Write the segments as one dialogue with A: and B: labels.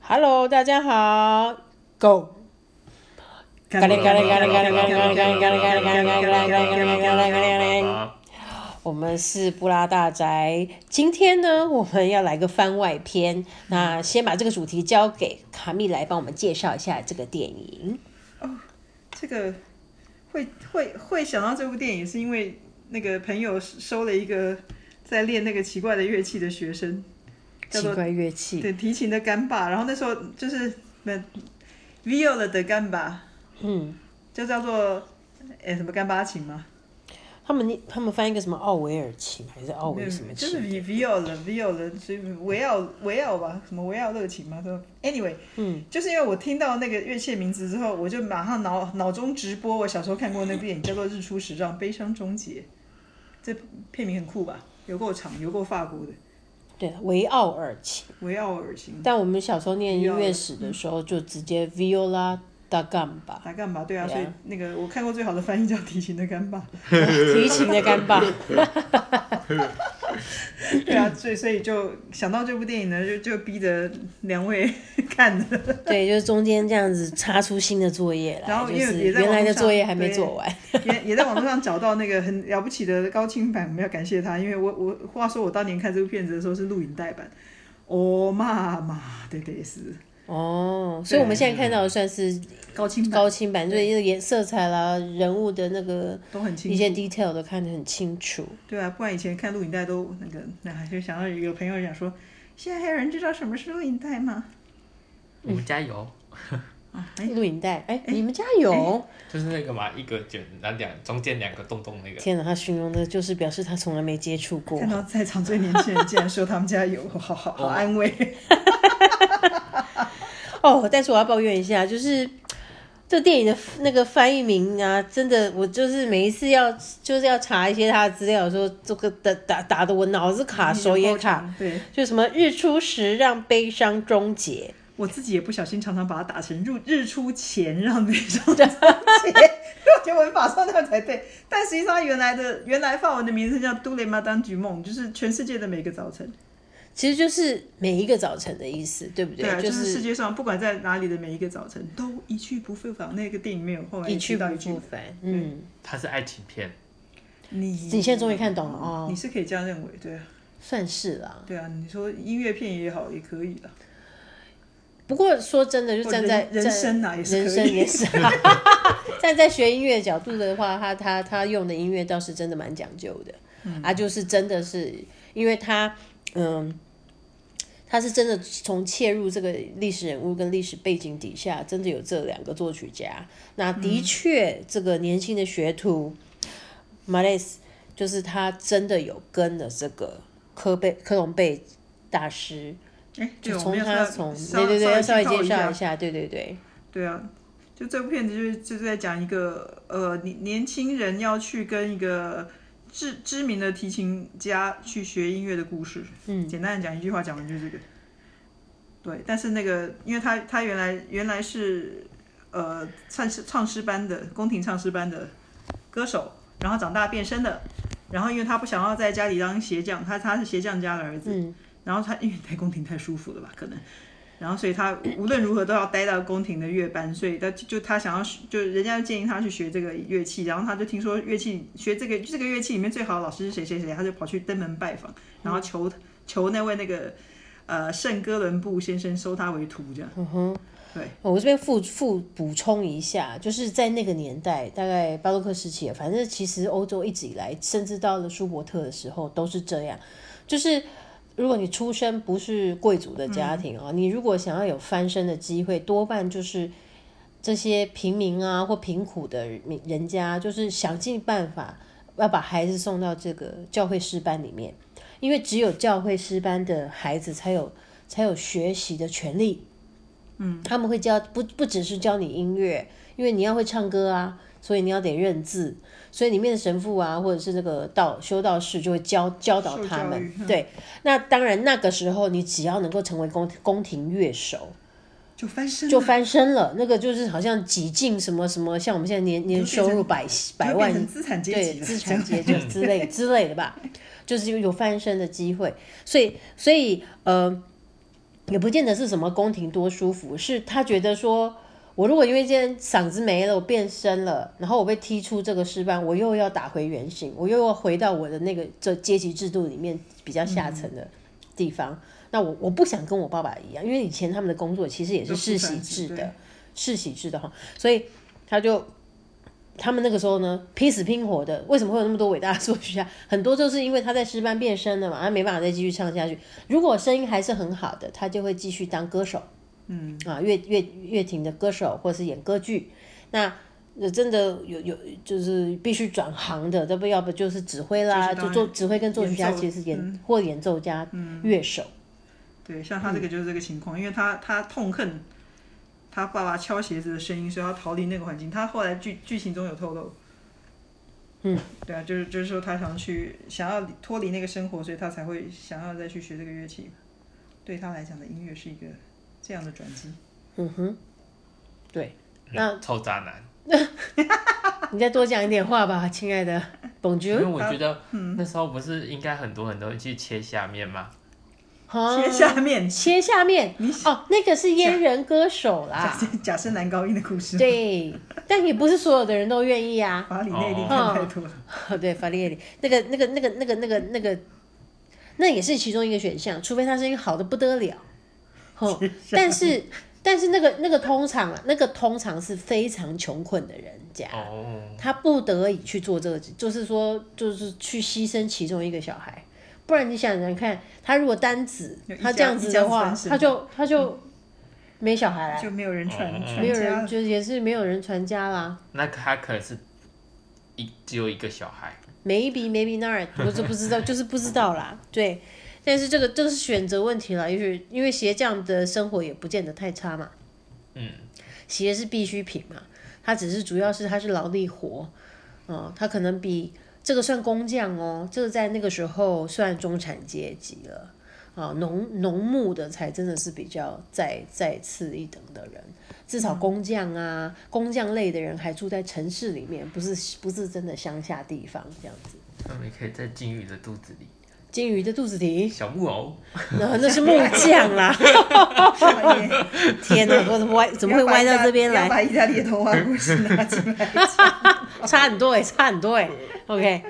A: Hello，大家好，Go！
B: 嘎
A: 嘞嘎嘞嘎嘞嘎嘞嘎嘞嘎嘞嘎嘞嘎嘞嘎嘞嘎嘞嘎嘞嘎嘞嘎嘞嘎嘞嘎嘞我们是布拉大宅，今天呢，我们要来个番外篇。那先把这个主题交给卡蜜来帮我们介绍一下这个电影。
B: 这个会会会想到这部电影，是因为那个朋友收了一个在练那个奇怪的乐器的学生，叫
A: 奇
B: 做
A: 怪乐器，
B: 对提琴的干爸。然后那时候就是那 viola 的干爸，
A: 嗯，
B: 就叫做哎什么干巴琴吗？
A: 他们他们翻一个什么奥维尔琴还是奥维什么
B: 就是
A: 琴？
B: vi- viola viola，所以维奥维奥吧，什么维奥乐琴嘛，说 anyway，
A: 嗯，
B: 就是因为我听到那个乐器的名字之后，我就马上脑脑中直播我小时候看过那部电影，叫做《日出时让悲伤终结》，这片名很酷吧？有够长，有够法国的
A: 对，维奥尔琴。
B: 维奥尔琴，
A: 但我们小时候念音乐史的时候，就直接 viola da gamba，
B: 来干嘛？对啊，
A: 对
B: 所
A: 啊
B: 以那个我看过最好的翻译叫提琴的干爸，
A: 提琴的干爸。
B: 对啊，所以所以就想到这部电影呢，就就逼着两位 看的，
A: 对，就是中间这样子插出新的作业来，
B: 然后
A: 就
B: 因为
A: 是
B: 也在
A: 原
B: 网
A: 来的
B: 上
A: 作业还没
B: 对
A: 做完。
B: 也也在网络上找到那个很了不起的高清版，我们要感谢他，因为我我话说我当年看这部片子的时候是录影带版，哦妈妈对对是
A: 哦，所以我们现在看到的算是
B: 高清版
A: 高清版，就是颜色彩啦、人物的那个
B: 都很清
A: 一些 detail 都看得很清楚。
B: 对啊，不然以前看录影带都那个，那就想到有朋友讲说，现在还有人知道什么是录影带吗？
C: 我加油，
B: 啊，哎，
A: 录影带，哎，你们家有？
C: 就是那个嘛，一个简单两中间两个洞洞那个，
A: 天哪，他形容的就是表示他从来没接触过
B: 看。到在场最年轻人竟然说他们家有，好好好安慰。
A: 哦，但是我要抱怨一下，就是这电影的那个翻译名啊，真的，我就是每一次要就是要查一些他的资料的时候，这个打打打的我脑子
B: 哎
A: 卡，手也卡。，
B: 对
A: 就什么日出时让悲伤终结，
B: 我自己也不小心常常把它打成入日出前让悲伤终结，因为我觉得文法上那样才对。但实际上原来的原来法文的名字叫都雷马当局梦，就是全世界的每个早晨。
A: 其实就是每一个早晨的意思，对不对？
B: 对啊，
A: 就
B: 就是世
A: 是
B: 界上不管在哪里的每一个早晨都一去不复返。那个电影没有后来
A: 一去
B: 知道一
A: 不
B: 句
A: 复返。嗯，
C: 它是爱情片，
B: 你
A: 你现在终于看懂了哦
B: 你是可以这样认为，对啊，
A: 算是啦、
B: 对啊，你说音乐片也好，也可以的。
A: 不过说真的，就
B: 或
A: 站
B: 人
A: 在
B: 人
A: 站
B: 生啊也是
A: 人
B: 可以
A: 生也是、 站在学音乐角度的话，他他他用的音乐倒是真的蛮讲究的，
B: 嗯
A: 啊，就是真的是因为他嗯。他是真的从切入这个历史人物跟历史背景底下，真的有这两个作曲家。那
B: 嗯
A: 的确，这个年轻的学徒 m a l e s 就是他真的有跟了这个科贝科隆贝大师
B: 哎，对，
A: 就
B: 我
A: 从
B: 们要
A: 他
B: 稍
A: 从
B: 稍
A: 对对对，要稍
B: 稍
A: 微
B: 微
A: 介
B: 剧透
A: 绍
B: 下
A: 一。下，对对对，
B: 对啊，就这部片子就是就是在讲一个呃年年轻人要去跟一个知知名的提琴家去学音乐的故事。嗯，简单的讲一句话，讲完就是这个。对，但是那个，因为他他原来原来是呃唱诗唱诗班的宫廷唱诗班的歌手，然后长大变身的。然后因为他不想要在家里当鞋匠，他他是鞋匠家的儿子，然后他因为在宫廷太舒服了吧，可能，然后所以他无论如何都要待到宫廷的乐班，所以他就就他想要学就人家就建议他去学这个乐器，然后他就听说乐器学这个这个乐器里面最好的老师是谁谁谁，他就跑去登门拜访，然后求求那位那个呃圣哥伦布先生收他为徒这样。
A: 哦我这边附附补充一下，就是在那个年代，大概巴洛克时期，啊反正其实欧洲一直以来，甚至到了舒伯特的时候都是这样，就是。如果你出身不是贵族的家庭啊、你如果想要有翻身的机会，多半就是这些平民啊或贫苦的民人家，就是想尽办法要把孩子送到这个教会师班里面，因为只有教会师班的孩子才有才有学习的权利。
B: 嗯
A: 他们会教不不只是教你音乐，因为你要会唱歌啊，所以你要得认字，所以里面的神父啊，或者是那个道修道士就会教教导他
B: 受教
A: 们
B: 育。嗯
A: 对，那当然那个时候你只要能够成为宫宫廷乐手，
B: 就翻身了，
A: 就翻身了。那个就是好像挤进什么什么，像我们现在年年收入百百
B: 就
A: 万
B: 变成资产阶级
A: 对
B: 了
A: 资产阶级之类之类的吧，就是有翻身的机会。所以，所以呃，也不见得是什么宫廷多舒服，是他觉得说，我如果因为今天嗓子没了，我变声了，然后我被踢出这个诗班，我又要打回原形，我又要回到我的那个这阶级制度里面比较下层
B: 嗯
A: 的地方。那我我不想跟我爸爸一样，因为以前他们的工作其实也是
B: 都
A: 世
B: 是
A: 袭
B: 繁殖
A: 制的
B: 对，
A: 世袭制的哈，所以他就。他们那个时候呢，拼死拼活的，为什么会有那么多伟大的作曲家？ 很多就是因为他在诗班变声了嘛，他没办法再继续唱下去。如果声音还是很好的，他就会继续当歌手，嗯啊，乐乐乐亭的歌手，或是演歌剧。那呃真的有有就是必须转行的，要不要不就是指挥啦，
B: 就是
A: 就
B: 当
A: 做指挥跟作曲家
B: 演奏嗯
A: 其实演、或演奏家、乐手。
B: 对，像他这
A: 嗯
B: 个就是这个情况，因为他他痛恨他爸爸敲鞋子的声音，所以他逃离那个环境。他后来剧剧情中有透露，嗯，对啊，就是就是说他想去想要脱离那个生活，所以他才会想要再去学这个乐器。对他来讲的音乐是一个这样的转机，
A: 嗯哼，对，
C: 嗯臭渣男。
A: 你再多讲一点话吧，亲爱 的 b o n j
C: 因
A: u
C: 为我觉得那时候不是应该很多人都去切下面吗？
A: 哦
B: 切下面
A: 切下面哦，那个是阉人歌手啦
B: 假，假声男高音的故事，
A: 对，但也不是所有的人都愿意啊。
B: 法理内力
C: 哦
B: 看太多了，
A: 对，法利耶里那个、那个、那个、那个、那个、那个，那也是其中一个选项，除非他声音好的不得了。哦，
B: 啊
A: 但是但是那个那个通常啊，那个通常是非常穷困的人家，
C: 哦，
A: 他不得已去做这个，就是说就是去牺牲其中一个小孩，不然你想想看，他如果单子
B: 有一，
A: 他这
B: 家
A: 样
B: 一
A: 子
B: 家
A: 的
B: 子
A: 话
B: 单，身
A: 他就他就没小孩啦，
B: 就没有人传
C: 哦
B: 传
A: 没有
B: 家
A: 人
B: 了，
A: 就是也是没有人传家啦。
C: 那他可能是一只有一个小孩，
A: maybe maybe not，我就不知道，就是不知道啦。对，但是这个这个是选择问题了，也许因为鞋匠的生活也不见得太差嘛。
C: 嗯，
A: 鞋是必需品嘛，它只是主要是它是劳力活，哦、它可能比这个算工匠哦，这个在那个时候算中产阶级了。啊，农农牧的才真的是比较再再次一等的人，至少工匠啊，工匠类的人还住在城市里面，不是不是真的乡下地方这样子。
C: 他们可以在金鱼的肚子里，
A: 金鱼的肚子里，
C: 小木偶，
A: 然后那是木匠 啦！
B: 傻眼
A: 天哪，我怎么歪， 怎么会歪到这边
B: 要
A: 来？
B: 把意大利的童话故事拿进来讲。
A: 差很多哎，差很多哎。OK，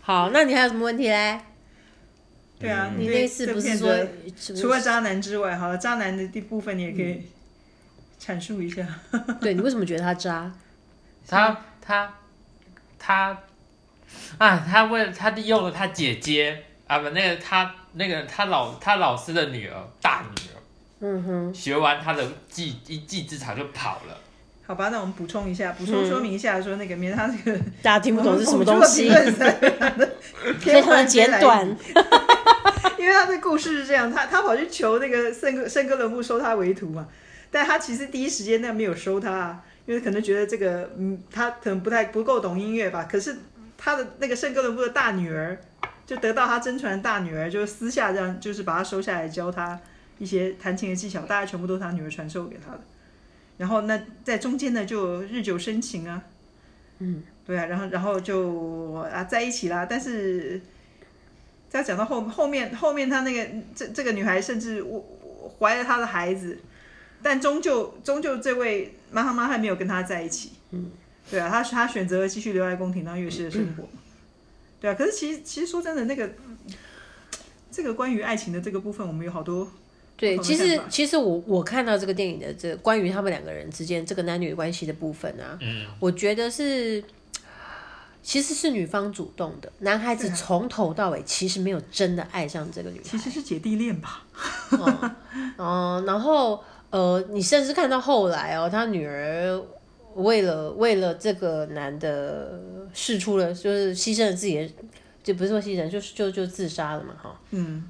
A: 好，那你还有什么问题嘞？
B: 对啊，
A: 你
B: 对
A: 那次
B: 这
A: 不是
B: 片
A: 说
B: 的
A: 是不是嗯
B: 除了渣男之外，好了，渣男的这部分你也可以阐述一下。
A: 对你为什么觉得他 渣？
C: 他他他啊，他为了他利用了他姐姐啊，不，那个他那个他老他老师的女儿大女儿，
A: 嗯哼，
C: 学完他的技一技之长就跑了。
B: 好吧，那我们补充一下，补充说明一下，说那个免得他这个
A: 大家嗯听不懂是什 么东西
B: 我，们补充的评论实在
A: 非
B: 非
A: 常的简短。。
B: 因为他的故事是这样，他他跑去求那个圣哥圣哥伦布收他为徒嘛，但他其实第一时间那没有收他、啊，因为可能觉得这个嗯，他可能不太不够懂音乐吧。可是他的那个圣哥伦布的大女儿，就得到他真传的大女儿，就私下这样就是把他收下来，教他一些弹琴的技巧，大概全部都是他女儿传授给他的。然后那在中间呢，就日久生情啊，嗯，对啊，然后然后就啊在一起啦，但是再讲到后后面后面，他那个这这个女孩甚至我我怀了他的孩子，但终究终究这位妈妈还没有跟他在一起。嗯，对啊，他他选择了继续留在宫廷当乐师的生活。对啊，可是其实其实说真的，那个这个关于爱情的这个部分，我们有好多
A: 对，
B: 不同
A: 其
B: 的
A: 实
B: 看法
A: 其实我我看到这个电影的这关于他们两个人之间这个男女关系的部分啊，
C: 嗯
A: 我觉得是其实是女方主动的，男孩子
B: 对啊
A: 从头到尾其实没有真的爱上这个女孩。
B: 其实是姐弟恋吧。
A: 哦，哦然后呃，你甚至看到后来哦，他女儿为了为了这个男的试出了，就是牺牲了自己的，就不是说牺牲，就是就就自杀了嘛，哈、
B: 嗯，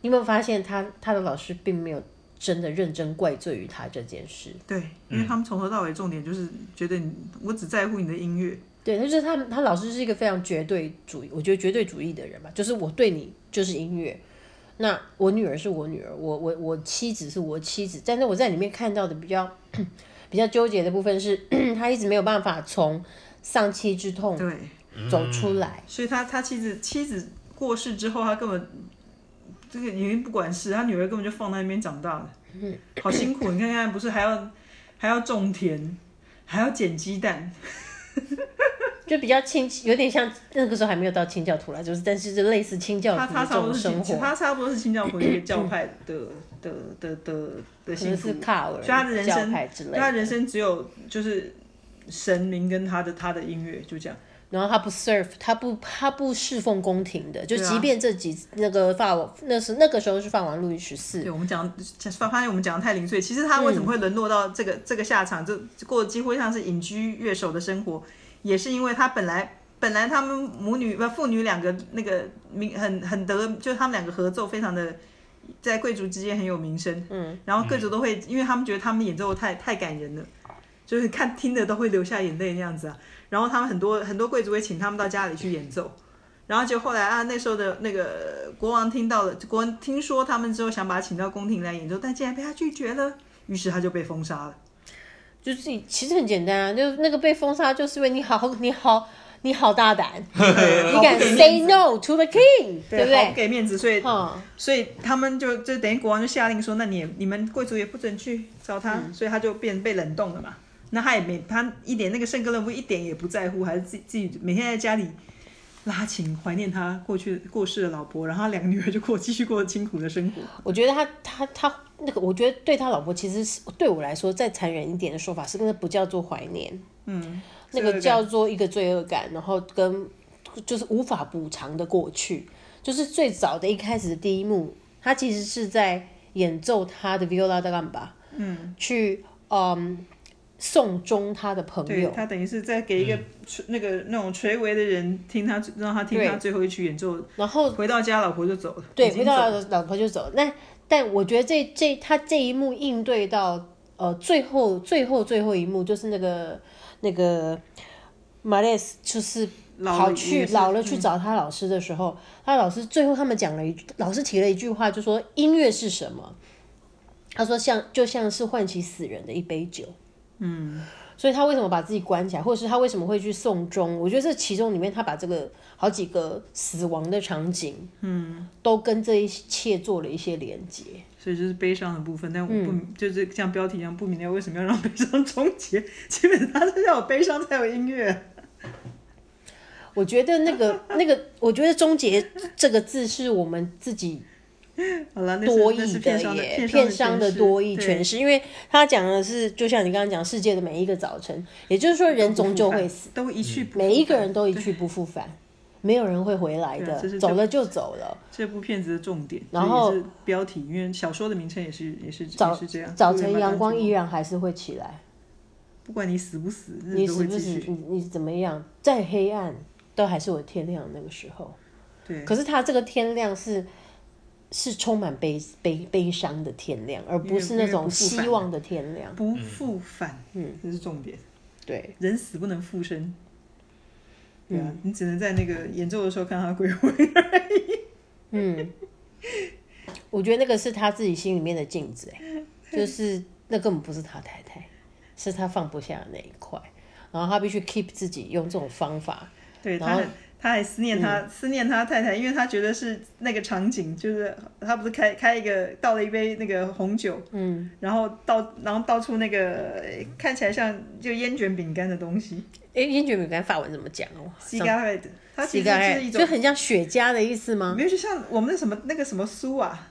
A: 你有没有发现他他的老师并没有真的认真怪罪于他这件事？
B: 对，因为他们从头到尾重点就是觉得你我只在乎你的音乐。
A: 对，他就是他，他老师是一个非常绝对主义，我觉得绝对主义的人吧，就是我对你就是音乐，那我女儿是我女儿，我我我妻子是我妻子，但是我在里面看到的比较 比较纠结的部分是， 他一直没有办法从丧妻之痛
B: 对，
A: 走出来，
B: 所以他他妻子妻子过世之后，他根本这个已经不管事，他女儿根本就放在那边长大的，
A: 嗯
B: 好辛苦。你看看，不是还要还要种田，还要捡鸡蛋，
A: 就比较清，有点像那个时候还没有到清教徒啦，就是但是就类似清教
B: 他
A: 徒
B: 他
A: 这
B: 差不
A: 种
B: 多是
A: 生
B: 清
A: 活，
B: 他差不多是清教徒一个教派的的的的的
A: 可
B: 幸
A: 能
B: 福
A: 是，卡尔
B: 所以他的人
A: 教
B: 生
A: 派之类
B: 他
A: 的。
B: 人生只有就是神明跟他的他的音乐就这样。
A: 然后他不 serve，他不他不侍奉宫廷的，就
B: 对啊
A: 即便这几、那个法王，那是那个时候是法王路易十四
B: 对，，我们讲发发现我们讲的太零碎，其实他为什么会沦落到这个、这个下场，就过几乎像是隐居乐手的生活，也是因为他本来本来他们母女不父女两个那个名很很得，就是他们两个合奏非常的。在贵族之间很有名声，嗯，然后贵族都会，因为他们觉得他们演奏太太感人了，就是看听的都会流下眼泪那样子啊。然后他们很多很多贵族会请他们到家里去演奏，然后就后来啊，那时候的那个国王听到了，国王听说他们之后想把他请到宫廷来演奏，但竟然被他拒绝了，于是他就被封杀 了。
A: 就是其实很简单啊，就那个被封杀，就是因为你好 你好你好大 胆，你敢 say no to the king，对不
B: 好
A: 对
B: 不？给面子，所以、
A: 嗯，
B: 所以他们就就等于国王就下令说，那你也你们贵族也不准去找他，所以他就变被冷冻了嘛。那他也没他一点那个圣格勒夫一点也不在乎，还是自己自己每天在家里拉琴怀念他过去过世的老婆，然后他两个女儿就过继续过清苦的生活。
A: 我觉得他他他那个，我觉得对他老婆其实是对我来说再残忍一点的说法是，那不叫做怀念，
B: 嗯，
A: 那
B: 罪恶
A: 个
B: 感
A: 叫做一个罪恶感，然后跟就是无法补偿的过去，就是最早的一开始的第一幕，他其实是在演奏他的 viola da gamba，嗯，去嗯送终他的朋
B: 对
A: 友，
B: 他等于是在给一个垂、那个那种垂危的人听他，让他听
A: 对
B: 他最后一曲演奏。
A: 然后
B: 回到家，老婆就走了。
A: 对，
B: 已经
A: 回到
B: 走了
A: 老老婆就走。那但我觉得这这他这一幕应对到呃最后最后最后一幕，就是那个那个马列斯就是
B: 老
A: 跑
B: 了
A: 去
B: 也是嗯
A: 老了去找他老师的时候，他老师最后他们讲了一句，老师提了一句话，就说音乐是什么？他说像就像是唤起死人的一杯酒。
B: 嗯
A: 所以他为什么把自己关起来，或者是他为什么会去送终？我觉得这其中里面他把这个好几个死亡的场景，嗯，都跟这一切做了一些连接。
B: 所以就是悲伤的部分。但我不、
A: 嗯
B: 就是像标题一样不明白为什么要让悲伤终结，基本上是要有悲伤才有音乐。
A: 我觉得那个那个，我觉得“终结”这个字是我们自己
B: 好了，那是
A: 多
B: 那
A: 义
B: 是
A: 的
B: 片商的
A: 耶，
B: 片
A: 片
B: 商
A: 商的多义
B: 诠
A: 诠
B: 释，
A: 释，因为他讲的是，就像你刚刚讲世界的每一个早晨，也就是说人终究会死，
B: 都一去不复返。
A: 每一个人都一去不复返，没有人会回来
B: 对啊这
A: 的，
B: 是
A: 走了就走了。
B: 这部片子的重点，
A: 然后
B: 这也是标题，因为小说的名称也是也是也
A: 早
B: 是这样。
A: 早
B: 路人
A: 晨
B: 慢慢
A: 阳光
B: 走
A: 依，然还是会起来。
B: 不管你死不死，日
A: 你
B: 子
A: 死不
B: 都会继
A: 死，
B: 续。
A: 你你怎么样，再黑暗都还是我天亮的那个时候。
B: 对，
A: 可是他这个天亮是是充满悲悲悲伤的天亮，而不是那种希望的天亮。
B: 不复返，嗯，这是重点。
A: 对，
B: 人死不能复生，对啊，你只能在那个演奏的时候看他鬼魂。
A: 我觉得那个是他自己心里面的镜子、哎，就是那根本不是他太太，是他放不下的那一块。然后他必须 keep 自己用这种方法，
B: 对，
A: 然
B: 他
A: 后
B: 很他还思念他、思念他太太，因为他觉得是那个场景，就是他不是开开一个倒了一杯那个红酒，嗯，然后倒然后倒出那个呃看起来像就烟卷饼干的东西
A: 哎，烟卷饼干法文怎么讲哦？
B: c i g a r e t 它其实是一
A: 盖，哎
B: 种
A: 就很嗯像雪茄的意思吗？
B: 没有，就像我们的什么那个什么酥啊，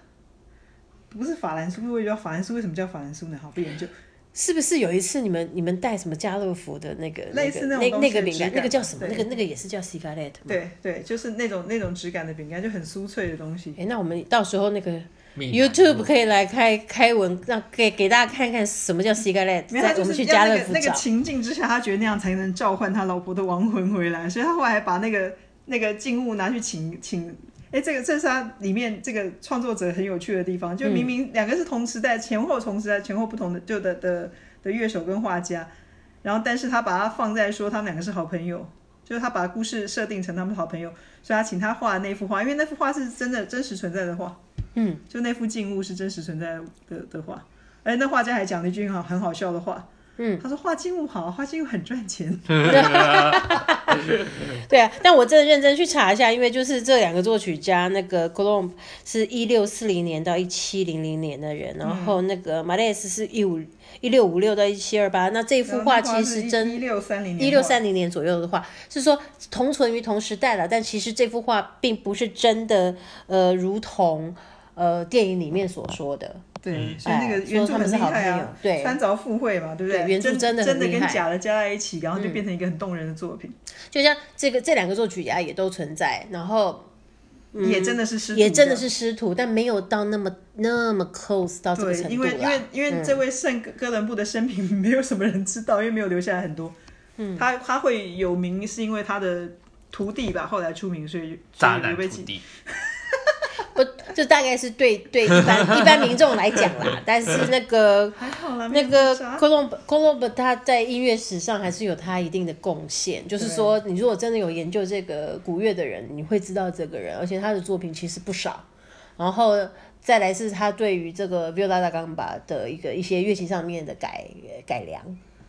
B: 不是法兰酥，我也叫法兰酥，为什么叫法兰酥呢？好不研究。
A: 是不是有一次你们你们带什么家乐福的那个
B: 类似
A: 那
B: 那
A: 个
B: 种
A: 那那
B: 东西
A: 个饼干
B: 的质感
A: 那个叫什么？
B: 对
A: 那个那个也是叫 cigarette 吗？
B: 对对，就是那种那种质感的饼干，就很酥脆的东西。
A: 哎，那我们到时候那个
C: 闽南
A: YouTube 可以来开开文，让给给大家看看什么叫 cigarette，
B: 没有，他
A: 再我
B: 就
A: 们
B: 是
A: 去
B: 要
A: 家
B: 那
A: 乐
B: 个
A: 福
B: 那个
A: 找。
B: 情境之下，他觉得那样才能召唤他老婆的亡魂回来，所以他后来把那个那个静物拿去请请。哎，这个这是他里面这个创作者很有趣的地方，就
A: 嗯
B: 明明两个是同时代、前后同时代、前后不同的就的的的乐手跟画家，然后但是他把它放在说他们两个是好朋友，就是他把故事设定成他们是好朋友，所以他请他画那幅画，因为那幅画是真的真实存在的画，嗯，就那幅静物是真实存在的的画，哎，那画家还讲了一句很好很好笑的话，嗯，他说画静物好，画静物很赚钱，
A: 对啊，但我真的认真去查一下，因为就是这两个作曲家，那个 Colomb 是一六四零年到一七零零年的人，然后那个 m a l e s 是一五一六五六到一七二八，那这幅画其实真
B: 一六三零
A: 一六三零年左右的话，是说同存于同时代了，但其实这幅画并不是真的，呃，如同呃电影里面所说的。
B: 对，
C: 嗯
B: 所以那个
A: 哎说
B: 原著
A: 他们
B: 很
A: 是
B: 厉
A: 好
B: 害
A: 朋友
B: 啊，
A: 对
B: 穿凿附会嘛，对不对？
A: 对原著真
B: 真
A: 的很
B: 真的
A: 厉
B: 跟
A: 害嗯
B: 假的加在一起，然后就变成一个很动人的作品，
A: 就像这个这两个作曲家也都存在，然后
B: 也真的是师徒，
A: 嗯也真的是师徒，但没有到那么那么 close 到这个
B: 对，
A: 程
B: 因
A: 度嗯
B: 为因为
A: 啦。
B: 因为这位圣哥哥伦布的生平 没有什么人知道，因为没有留下来很多。嗯，他他会有名是因为他的徒弟吧，后来出名，所以所
C: 渣
B: 以
C: 男
B: 有被
C: 徒
B: 记。
C: 弟，
A: 不，这大概是对对一般一般民众来讲啦，但是那个
B: 还好啦，没
A: 那
B: 有
A: 个
B: 渣
A: Colomb Colomb 他在音乐史上还是有他一定的贡献，就是说你如果真的有研究这个古乐的人，你会知道这个人，而且他的作品其实不少。然后再来是他对于这个 viola da gamba 的一个一些乐器上面的改改良。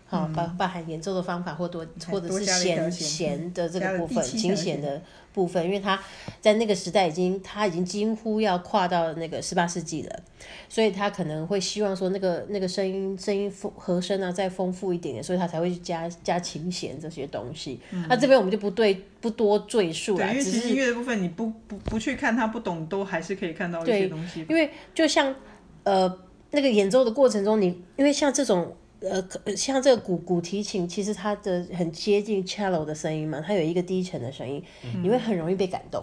A: 好，包包含演奏的方法或多或者
B: 嗯多
A: 是
B: 加了一条
A: 弦
B: 弦
A: 弦的这
B: 加
A: 个
B: 了
A: 部
B: 第
A: 分，
B: 七
A: 琴
B: 条
A: 弦
B: 弦
A: 的部分，因为他在那个时代已经他已经几乎要跨到那个十八世纪了，所以他可能会希望说那个那个声音声音丰和声啊再丰富一点点，所以他才会去加加琴弦这些东西。那、这边我们就不对不多赘述
B: 对，
A: 了，
B: 因为
A: 只
B: 其
A: 是
B: 实音乐的部分你不不不去看他不懂，都还是可以看到一些东西。
A: 因为就像呃那个演奏的过程中你，因为像这种呃可像这个古古提琴，其实它的很接近 cello 的声音嘛，它有一个低沉的声音，你会很容易被感动。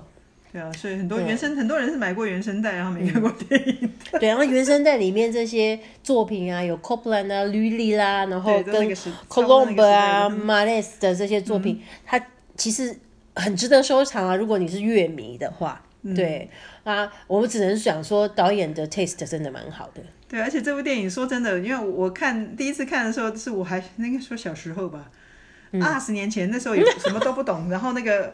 B: 对啊，所以很多原声，很多人是买过原声带，然后没看过电影。
A: 对，然后原声带里面这些作品啊，有 Copland 啊、l u l y 啦，然后
B: 对都那
A: 跟
B: 个时差不多那个
A: Colomb 啊、
B: 时代的嗯
A: m a l e s 的这些作品，它其实很值得收藏啊。如果你是乐迷的话，
B: 嗯
A: 对啊，我们只能想说导演的 taste 真的蛮好的。
B: 对，而且这部电影说真的，因为我看第一次看的时候，是我还那个说小时候吧，二十、年前那时候也什么都不懂，然 后那个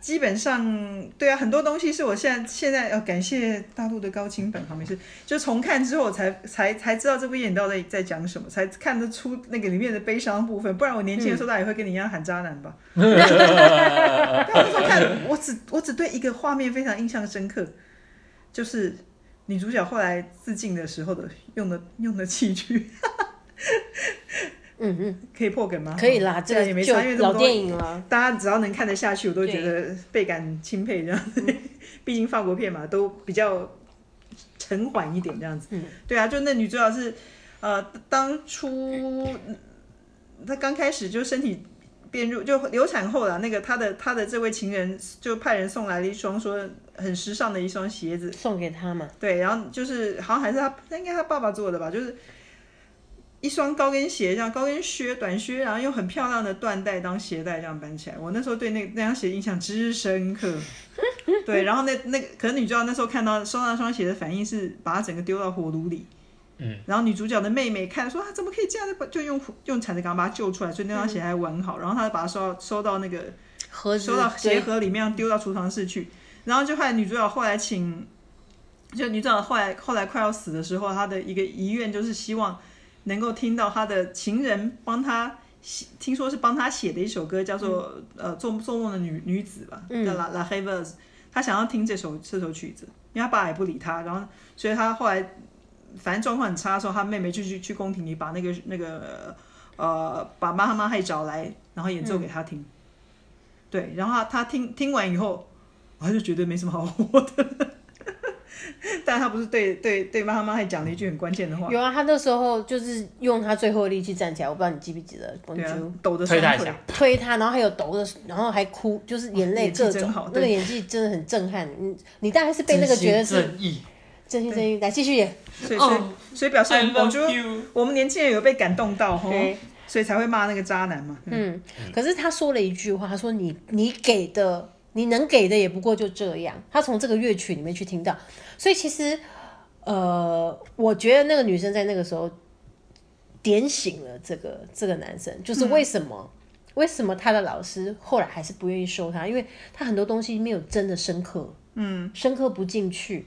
B: 基本上对啊，很多东西是我现在现在呃感谢大陆的高清本，好没事，就重看之后才才才知道这部电影到底在讲什么，才看得出那个里面的悲伤部分，不然我年轻的时候大概也会跟你一样喊渣男吧。但我那时候看，我只我只对一个画面非常印象深刻，就是女主角后来自尽的时候的用的用的器具。
A: 嗯嗯，
B: 可以破梗吗？
A: 可以啦，这
B: 这
A: 个
B: 样啊也没
A: 就
B: 差，因为这么
A: 老
B: 多
A: 电影了。
B: 大家只要能看得下去，我都觉得倍感钦佩这样子。 毕竟法国片嘛，都比较沉缓一点这样子。
A: 嗯
B: 对啊，就那女主角是，呃，当初她刚开始就身体变弱，就流产后啦，那个她的她的这位情人就派人送来了一双说很时尚的一双鞋子。
A: 送给他嘛，
B: 对，然后就是好像还是他，那应该他爸爸做的吧，就是一双高跟鞋，这样高跟靴、短靴，然后用很漂亮的缎带当鞋带这样绑起来。我那时候对那那双鞋印象之深刻。对，然后那那个，可是女主角那时候看到收到那双鞋的反应是把它整个丢到火炉里。
C: 嗯，
B: 然后女主角的妹妹看说啊，怎么可以这样的，就用用铲子杆把它救出来，所以那双鞋还完好。然后她就把它收到收到那个
A: 盒子
B: 收到鞋
A: 对
B: 盒里面，丢到储藏室去。然后就后来女主角后来请，就女主角后来后来快要死的时候，她的一个遗愿就是希望能够听到她的情人帮她写，听说是帮她写的一首歌，叫做、
A: 嗯
B: 呃做做梦的女女子吧，叫 La La h a v e r s 她想要听这首这首曲子，因为她爸也不理她，然后所以她后来反正状况很差的时候，她妹妹就去去宫廷里把那个那个呃把妈妈ให้找来，然后演奏给她听。对，然后他他听听完以后，他就觉得没什么好活的。 但他不是对对对妈妈还讲了一句很关键的话，
A: 有啊，他那时候就是用他最后的力气站起来，我不知道你记不记得，
B: 对啊
A: Bonjour，
B: 抖着
C: 推
B: 双
C: 他一
B: 腿
C: 下，，
A: 推他，然后还有抖的，然后还哭，就是眼泪
B: 哦演技
A: 各
B: 真
A: 种
B: 好，
A: 那
B: 对
A: 个演技真的很震撼。你你大概是被那个
C: 真心
A: 觉得是
C: 正义
A: 真心真意，来继续演。
B: 所以所以、
C: 哦
B: 所以表示
C: ，I
B: 我
C: love
B: 觉得
C: you。
B: 我们年轻人有被感动到吼
A: 对，
B: 所以才会骂那个渣男嘛。嗯
A: 嗯，可是他说了一句话，他说你你给的你能给的也不过就这样。他从这个乐曲里面去听到，所以其实呃，我觉得那个女生在那个时候点醒了这个这个男生，就是为什么、为什么他的老师后来还是不愿意收他，因为他很多东西没有真的深刻，嗯，深刻不进去。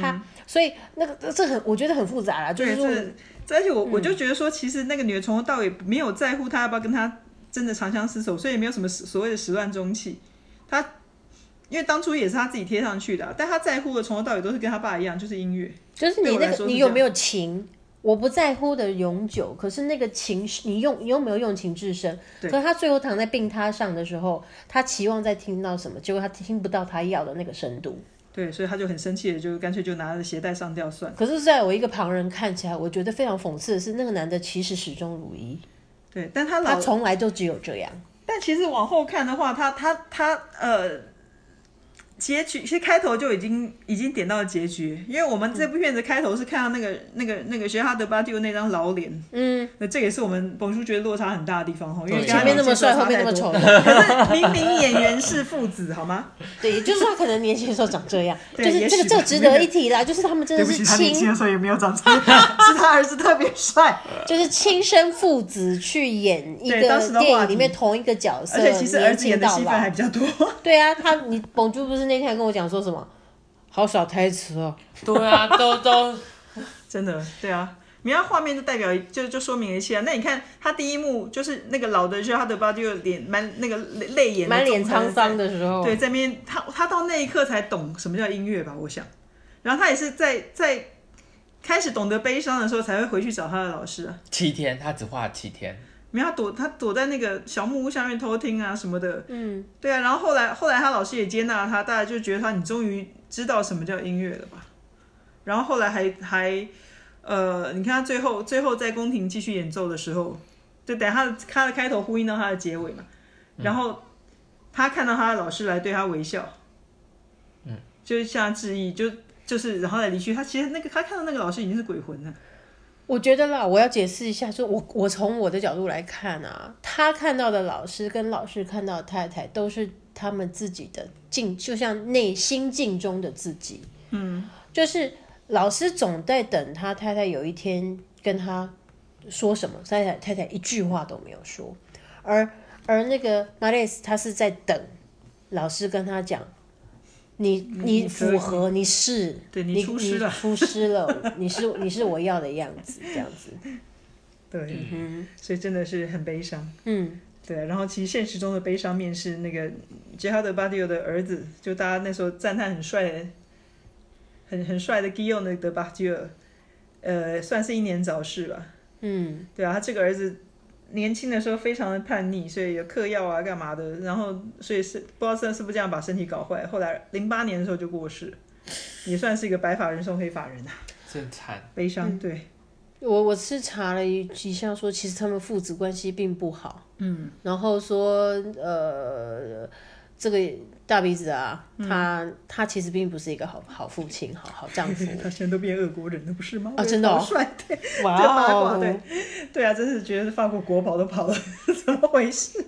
A: 他、所以那个这很我觉得很复啊杂啦，就是嗯
B: 对，
A: 说
B: 这这而且我我就觉得说，其实那个女的从头到尾没有在乎他要不要跟他真的长相厮守，所以也没有什么所谓的始乱终弃。他因为当初也是他自己贴上去的啊、但他在乎的从头到尾都是跟他爸一样，就是音乐。
A: 就是你
B: 对我来
A: 那个
B: 说是
A: 你
B: 这
A: 有
B: 样
A: 没有情，我不在乎的永久，可是那个情是你用你有没有用情至深？可
B: 对
A: 是他最后躺在病榻上的时候，他期望在听到什么，结果他听不到他要的那个深度。
B: 对，所以他就很生气的，就干脆就拿着鞋带上吊算。
A: 可是，在我一个旁人看起来，我觉得非常讽刺的是，那个男的其实始终如一，
B: 对，但他老
A: 他从来就只有这样。
B: 但其实往后看的话，他他他呃，结局其实开头就已经已经点到结局，因为我们这部片子开头是看到那个那个那个学哈德巴蒂欧那张老脸，嗯，那这也是我们本书觉得落差很大的地方哈，因为
C: 对
B: 跟他
A: 前面那么
B: 年纪
A: 帅，
B: 落差
A: 后面那么
B: 太
A: 丑
B: 多，
A: 的，
B: 可是明明演员是父子好 吗？
A: 对，也就是他可能年轻的时候长这样，就
B: 对
A: 是
B: 也
A: 这个
B: 许
A: 这
B: 吧
A: 个值
B: 那
A: 得
B: 个
A: 一提啦，就是他们真的是亲
B: 的时候也没有长这样， 是他儿子特 别帅，
A: 就是亲生父子去演一
B: 对当时
A: 个
B: 的话
A: 电影里
B: 题
A: 面同一个角色，
B: 而且其实儿
A: 年
B: 子演
A: 轻
B: 的
A: 到
B: 戏份
A: 老
B: 还。比较多。
A: 对啊，他你本珠不是那天还跟我讲说什么？好少台词哦，
C: 对啊，都都
B: 真的，对啊，你看画面就代表就就说明了一切啊。那你看他第一幕就是那个老的就他的巴就脸满那个泪泪眼，
A: 满脸沧桑，的时候，
B: 对，在那边他他到那一刻才懂什么叫音乐吧，我想。然后他也是在在开始懂得悲伤的时候，才会回去找他的老师啊。
C: 七天，他只画了七天，
B: 没有他躲他躲在那个小木屋下面偷听啊什么的，
A: 嗯，
B: 对啊。然后后来后来他老师也接纳他，大家就觉得他你终于知道什么叫音乐了吧？然后后来还还呃，你看他最后最后在宫廷继续演奏的时候，就等他的他的开头呼应到他的结尾嘛。然后他看到他的老师来对他微笑，嗯，就向他致意，就就是然后来离去。他其实那个他看到那个老师已经是鬼魂了，
A: 我觉得啦，我要解释一下，就我我从我的角度来看啊，他看到的老师跟老师看到的太太都是他们自己的境，就像内心境中的自己。嗯，就是老师总在等他太太有一天跟他说什么，太太太太一句话都没有说，而而那个马雷斯他是在等老师跟他讲。你你
B: 你可
A: 符
B: 以
A: 合，你是
B: 对
A: 你
B: 你出师了
A: 你出师了，你是你是我要的样子，这样子。
B: 对，嗯所以真的是很悲伤。
A: 嗯，
B: 对啊，然后其实现实中的悲伤面是那个杰哈德巴蒂欧的儿子，就大家那时候赞叹很帅的、很很帅的 g u i l l 的德巴蒂欧，呃，算是英年早逝吧。
A: 嗯，
B: 对啊，他这个儿子年轻的时候非常的叛逆，所以有嗑药啊干嘛的，然后所以是不知道是是不是这样把身体搞坏，后来零八年的时候就过世，也算是一个白发人送黑发人啊，
C: 真
A: 嗯
C: 惨。
B: 悲伤。对，
A: 我我是查了一一下说，其实他们父子关系并不好。嗯，然后说呃，这个大鼻子啊，
B: 嗯
A: 他他其实并不是一个好好父亲，好好丈 夫。
B: 他现在都变俄国人了，不是吗？
A: 啊真的哦
B: 好帅
A: 哇
B: 这八
A: 哦
B: 卦，对，对啊，真是觉得法国国宝都跑了， 怎么回事？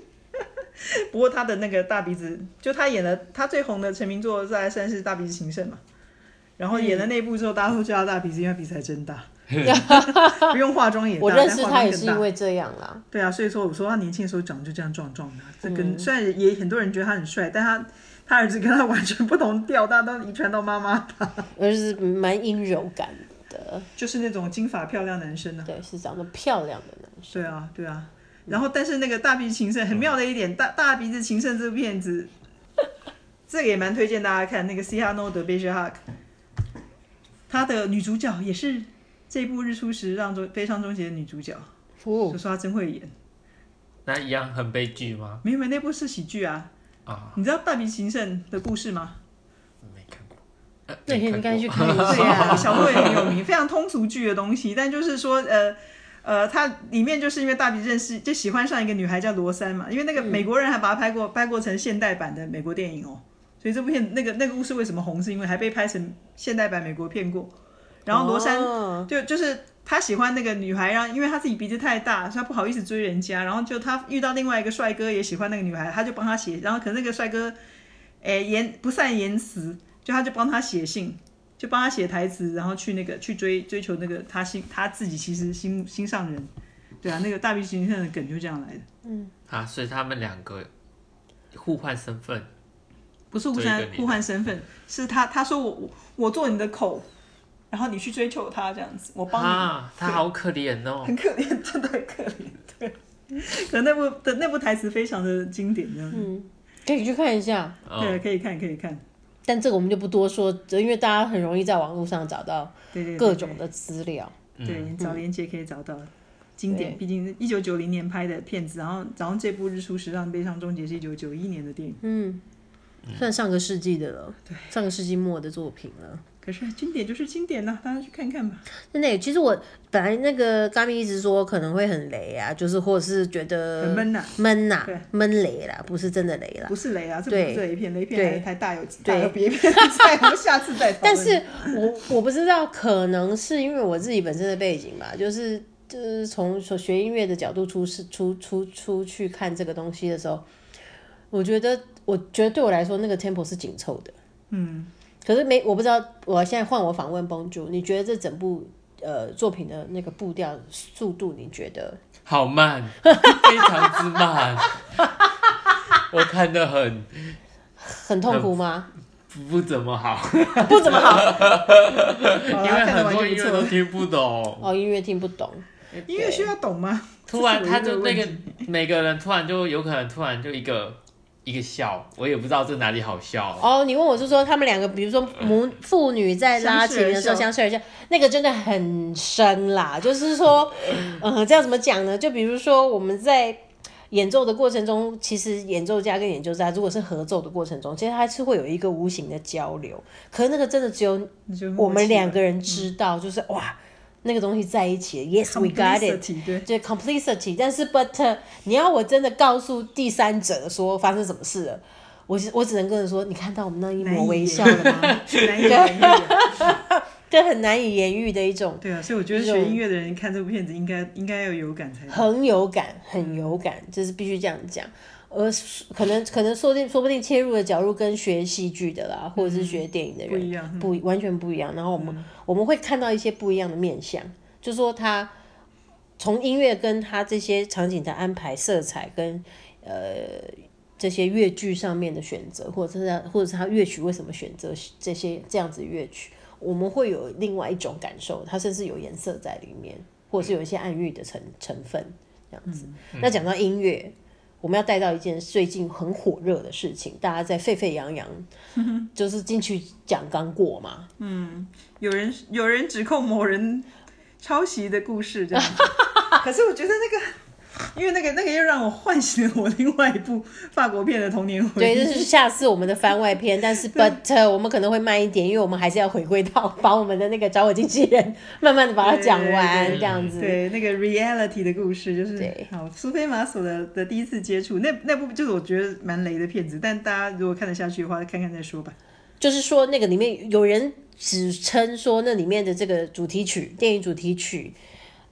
B: 不过他的那个大鼻子，就他演了他最红的成名作，在算是《大鼻子情圣》嘛。然后演了那部之后，大家都叫他大鼻子，因为他鼻子还 真大，不用化妆也大。
A: 我认识
B: 但化
A: 他
B: 妆
A: 也
B: 更
A: 是
B: 大
A: 因为这样啦。
B: 对啊，所以说我说他年轻的时候长得就这样壮壮的，啊
A: 嗯
B: 这跟、虽然也很多人觉得他很帅，但他他儿子跟他完全不同调，大家都遗传到妈妈，
A: 而是蛮阴柔感的，
B: 就是那种金发漂亮男生啊。
A: 对，是长得漂亮的男生。
B: 对啊，对啊。然后，但是那个大鼻子情圣很妙的一点，大大鼻子情圣这部片子，这个也蛮推荐大家看。那个 c i a n o 的 b e j h a k 她的女主角也是这部《日出时让中悲伤终结》的女主角，
A: 哦，
B: 就说她真会演。
C: 那一样很悲剧吗？
B: 没有没有，那部是喜剧啊。
C: 啊，
B: 你知道大鼻子情圣的故事吗？
C: 没看过。呃
A: 那你
C: 没
A: 应
C: 看
A: 该
C: 过
A: 去看一
B: 对
A: 下。
B: 啊，小说也很有名，非常通俗剧的东西。但就是说，呃呃，它里面就是因为大鼻认识就喜欢上一个女孩叫罗珊嘛，因为那个美国人还把它拍过拍过成现代版的美国电影哦。所以这部片那个那个故事为什么红，是因为还被拍成现代版美国片过。然后罗珊
A: 哦
B: 嗯就就是他喜欢那个女孩，让因为他自己鼻子太大，所以他不好意思追人家。然后就他遇到另外一个帅哥也喜欢那个女孩，他就帮他写。然后可能那个帅哥，诶、言不善言辞，就他就帮他写信，就帮他写台词，然后去那个去追追求那个他心他自己其实心心上人。对啊，那个大鼻形象的梗就这样来的，
A: 嗯
C: 啊，所以他们两个互换身份，
B: 不是互
C: 追一个
B: 相
C: 女的
B: 互换身份，是他他说我我我做你的口，然后你去追求他这样子，我帮你，
C: 啊，他好可怜哦。
B: 很可怜，真的很可怜。对，可能那部的那部台词非常的经典，这样子。
A: 可以去看一下。
B: 对，
C: 嗯，
B: 可以看，可以看。
A: 但这个我们就不多说，因为大家很容易在网络上找到
B: 对对对
A: 各种嗯的资料。
C: 嗯
B: 对，找连接可以找到经典，毕竟一九九零年拍的片子，然后然后这部《日出时尚悲伤终结》是一九九一年的电影，
A: 嗯，算上个世纪的了，上个世纪末的作品了。
B: 可是经典就是经典呐、大家去看看吧。
A: 真的耶，其实我本来那个咖咪一直说可能会很雷啊，就是或者是觉得
B: 很闷呐
A: 闷呐、
B: 对
A: 闷雷啦，不是真的雷啦。
B: 不是雷啊，这
A: 对
B: 不是雷片，雷
A: 对
B: 片还还大有大
A: 对
B: 有别片在，我们下次再讨论。
A: 但是我我不知道，可能是因为我自己本身的背景吧，就是就是从所学音乐的角度出是出出出去看这个东西的时候，我觉得我觉得对我来说那个 tempo 是紧凑的，
B: 嗯，
A: 可是没我不知道，我现在换我访问崩主，你觉得这整部呃作品的那个步调速度，你觉得
C: 好慢， 非常之慢， 我看得很
A: 很痛苦吗？
C: 不怎么好，
A: 不怎么好
B: 好
C: 因
B: 啦
C: 为
B: 看得
C: 很
B: 完
C: 多
B: 就不
C: 音乐
B: 错
C: 都
B: 了。
C: 听不懂。
A: 哦，音乐听不懂，
B: 音乐需要懂吗？
C: 突然
B: 这是
C: 他
B: 我一
C: 就那
B: 问
C: 个
B: 题
C: 每个人突然就有可能突然就一个一个笑，我也不知道这哪里好笑。
A: 哦，你问我是说他们两个，比如说母父女在拉琴的时嗯候相
B: 相
A: 视而笑，那个真的很深啦。就是 说，呃，这样怎么讲呢？就比如说我们在演奏的过程中，其实演奏家跟演奏家如果是合奏的过程中，其实还是会有一个无形的交流。可是那个真的只有啊
B: 那就
A: 我们两个人知道，就是哇，那个东西在一起了，Yes we got it。
B: it，对，
A: 对 complicity，但是 but 呃你要我真的告诉第三者说发生什么事了，我只我只能跟人说，你看到我们那一抹微笑 了吗？
B: 难以言喻。
A: 这很难以言喻的一种，
B: 对啊，所以我觉得学音乐的人看这部片子应该应该要有感才对。
A: 很有感，很有感，这是必须这样讲。呃，可能可能说不定说不定切入的角度跟学戏剧的啦，或
B: 嗯
A: 者是学电影的人
B: 不一样嗯
A: 不完全不一样。然后我们、我们会看到一些不一样的面相，就说他从音乐跟他这些场景的安排、色彩跟呃这些乐句上面的选择，或者是他或者是他乐曲为什么选择这些这样子乐曲，我们会有另外一种感受，它甚至有颜色在里面，或者是有一些暗喻的成成分这样
B: 嗯
A: 子。那讲到音乐。我们要带到一件最近很火热的事情，大家在沸沸扬扬，就是进去讲刚过 嘛，
B: 有人有人指控某人抄袭的故事这 样子，可是我觉得那个，因为那个那个又让我唤醒了我另外一部法国片的童年回
A: 对，
B: 忆。
A: 这是下次我们的番外篇，但是 but 呃我们可能会慢一点，因为我们还是要回归到把我们的那个找我经纪人慢慢的把它讲完
B: 对对对
A: 这样子。
B: 对，那个 reality 的故事就是
A: 对，
B: 好，苏菲玛索的的第一次接触，那那部就是我觉得蛮雷的片子，但大家如果看得下去的话，看看再说吧。
A: 就是说那个里面有人指称说那里面的这个主题曲，电影主题曲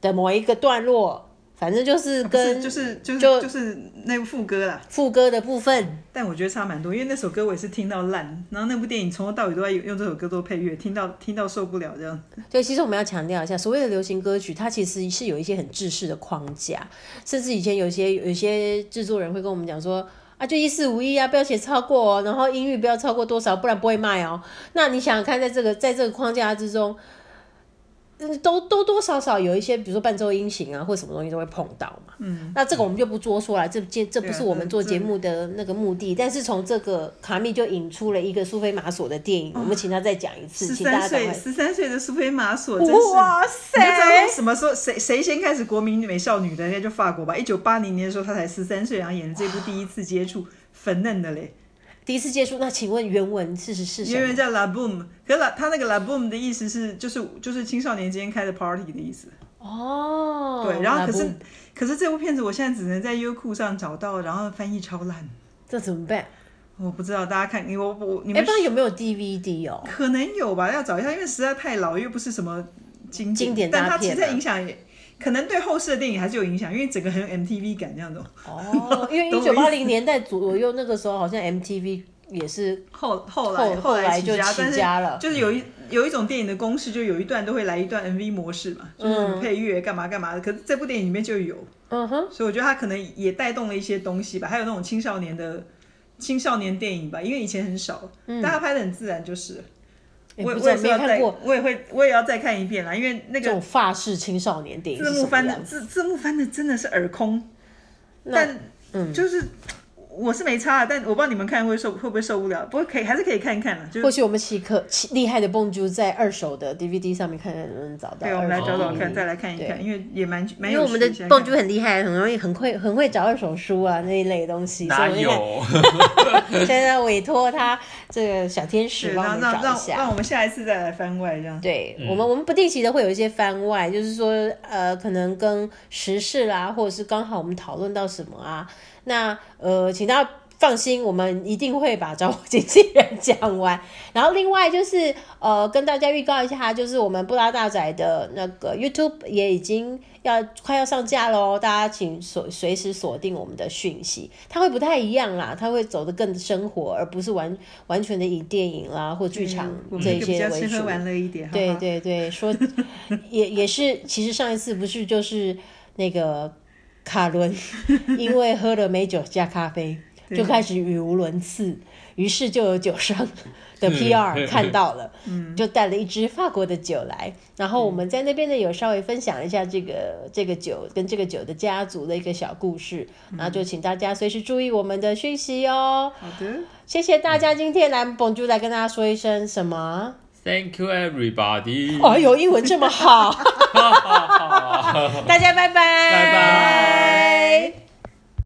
A: 的某一个段落，反正就是
B: 啊不是，
A: 跟
B: 就是就是
A: 就
B: 就是那部副歌啦，
A: 副歌的部分，
B: 但我觉得差蛮多，因为那首歌我也是听到烂，然后那部电影从头到尾都在用这首歌做配乐，听到听到受不了这样。
A: 对，其实我们要强调一下，所谓的流行歌曲，它其实是有一些很制式的框架，甚至以前有些有一些制作人会跟我们讲说。啊，就一四五一啊，不要写超过哦，然后音域不要超过多少，不然不会卖哦。那你想想看，在这个在这个框架之中，嗯都多多少少有一些，比如说伴奏音型啊，或什么东西都会碰到嘛。嗯，那这个我们就不多说了，这这这
B: 啊
A: 不是我们做节目的那个目的。但是从这个卡密就引出了一个苏菲玛索的电影，我们请他再讲一次，
B: 啊十
A: 请大
B: 三
A: 家赶
B: 岁，
A: 快
B: 十三岁的苏菲玛索，真是
A: 哇
B: 你就知道
A: 塞！
B: 什么时候谁谁先开始国民美少女的，应该就法国吧。一九八零年的时候，她才十三岁，然后演了这部第一次接触，粉嫩的嘞。
A: 第一次接触，那请问原文事实是什
B: 因为
A: 么？
B: 叫 La Boom，可是 La 他那个 La Boom 的意思是就是就是青少年之间开的 party 的意思。
A: 哦，
B: 对，然后可
A: 那
B: 是
A: 不
B: 可是这部片子我现在只能在优酷上找到，然后翻译超烂，
A: 这怎么办？
B: 我不知道大家看你我我你
A: 哎，
B: 们
A: 不知道有没有 DVD 哦？
B: 可能有吧，要找一下，因为实在太老，又不是什么经典，
A: 经典
B: 但
A: 大
B: 它
A: 片
B: 其
A: 啊
B: 实在影响也，可能对后世的电影还是有影响，因为整个很有 MTV 感这样子。
A: 哦，因为
B: 懂
A: 一
B: 我意思
A: 九八零年代左右那个时候，好像 MTV 也是
B: 后
A: 后
B: 后来
A: 后来
B: 来
A: 就
B: 家，
A: 起
B: 但是
A: 家了。
B: 就是有一有一种电影的公式，就有一段都会来一段 MV 模式嘛，就是什么配乐干嘛干嘛的。可是这部电影里面就有，
A: 嗯哼，
B: 所以我觉得它可能也带动了一些东西吧，还有那种青少年的青少年电影吧，因为以前很少，但他拍的很自然就是了。
A: 嗯也
B: 我
A: 不知道
B: 也我也是
A: 没
B: 要
A: 看
B: 再，
A: 过
B: 我也会我也要再看一遍啦，因为那
A: 这
B: 个
A: 种法式青少年电影
B: 字
A: 是
B: 幕
A: 什么
B: 翻的
A: 样子？
B: 字字幕翻的真的是耳空，
A: 那嗯
B: 但就是我是没差啊，但我不知道你们看会受会不会受不了，不过可以还是可以看一看的，就是
A: 或许我们奇可奇厉害的蹦珠在二手的 DVD 上面看看能不能找到。
B: 对，我们来
A: 二手
B: 找找看，
A: DVD
B: 再来看一看，因为也蛮蛮
A: 因为
B: 有
A: 我
B: 趣
A: 们
B: 的。
A: 的
B: 现在
A: 蹦
B: 看
A: 珠很厉害，很容易很会很会找二手书啊那一类的东西，所
C: 哪
A: 以我就看
C: 有？
A: 现在委托他这个小天使
B: 对，
A: 帮我
B: 让
A: 们找一
B: 让让让
A: 下。
B: 我们下一次再来番外这样。
A: 对我们，我们不定期的会有一些番外，就是说，呃，可能跟时事啦，或者是刚好我们讨论到什么啊，那呃，请大家放心，我们一定会把找我经纪人讲完。然后另外就是呃，跟大家预告一下，就是我们布拉大仔的那个 YouTube 也已经要快要上架喽，大家请锁随时锁定我们的讯息，它会不太一样啦，它会走得更生活，而不是完完全的以电影啦或剧场
B: 嗯我
A: 这
B: 们
A: 一
B: 就比
A: 些
B: 较
A: 为
B: 吃喝
A: 主。
B: 玩乐一 点，
A: 对
B: 好不好
A: 对对，说也也是，其实上一次不是就是那个卡伦，因为喝了美酒加咖啡，就开始语无伦次，于是就有酒商的 PR 看到了，就带了一支法国的酒来，然后我们在那边呢有稍微分享一下这个这个酒跟这个酒的家族的一个小故事，然后就请大家随时注意我们的讯息哦。
B: 好的，
A: 谢谢大家今天来本珠来跟大家说一声什么？
C: Thank you, everybody。
B: 哦
A: 哎呦，英 文这么好，大家拜拜，
C: 拜拜。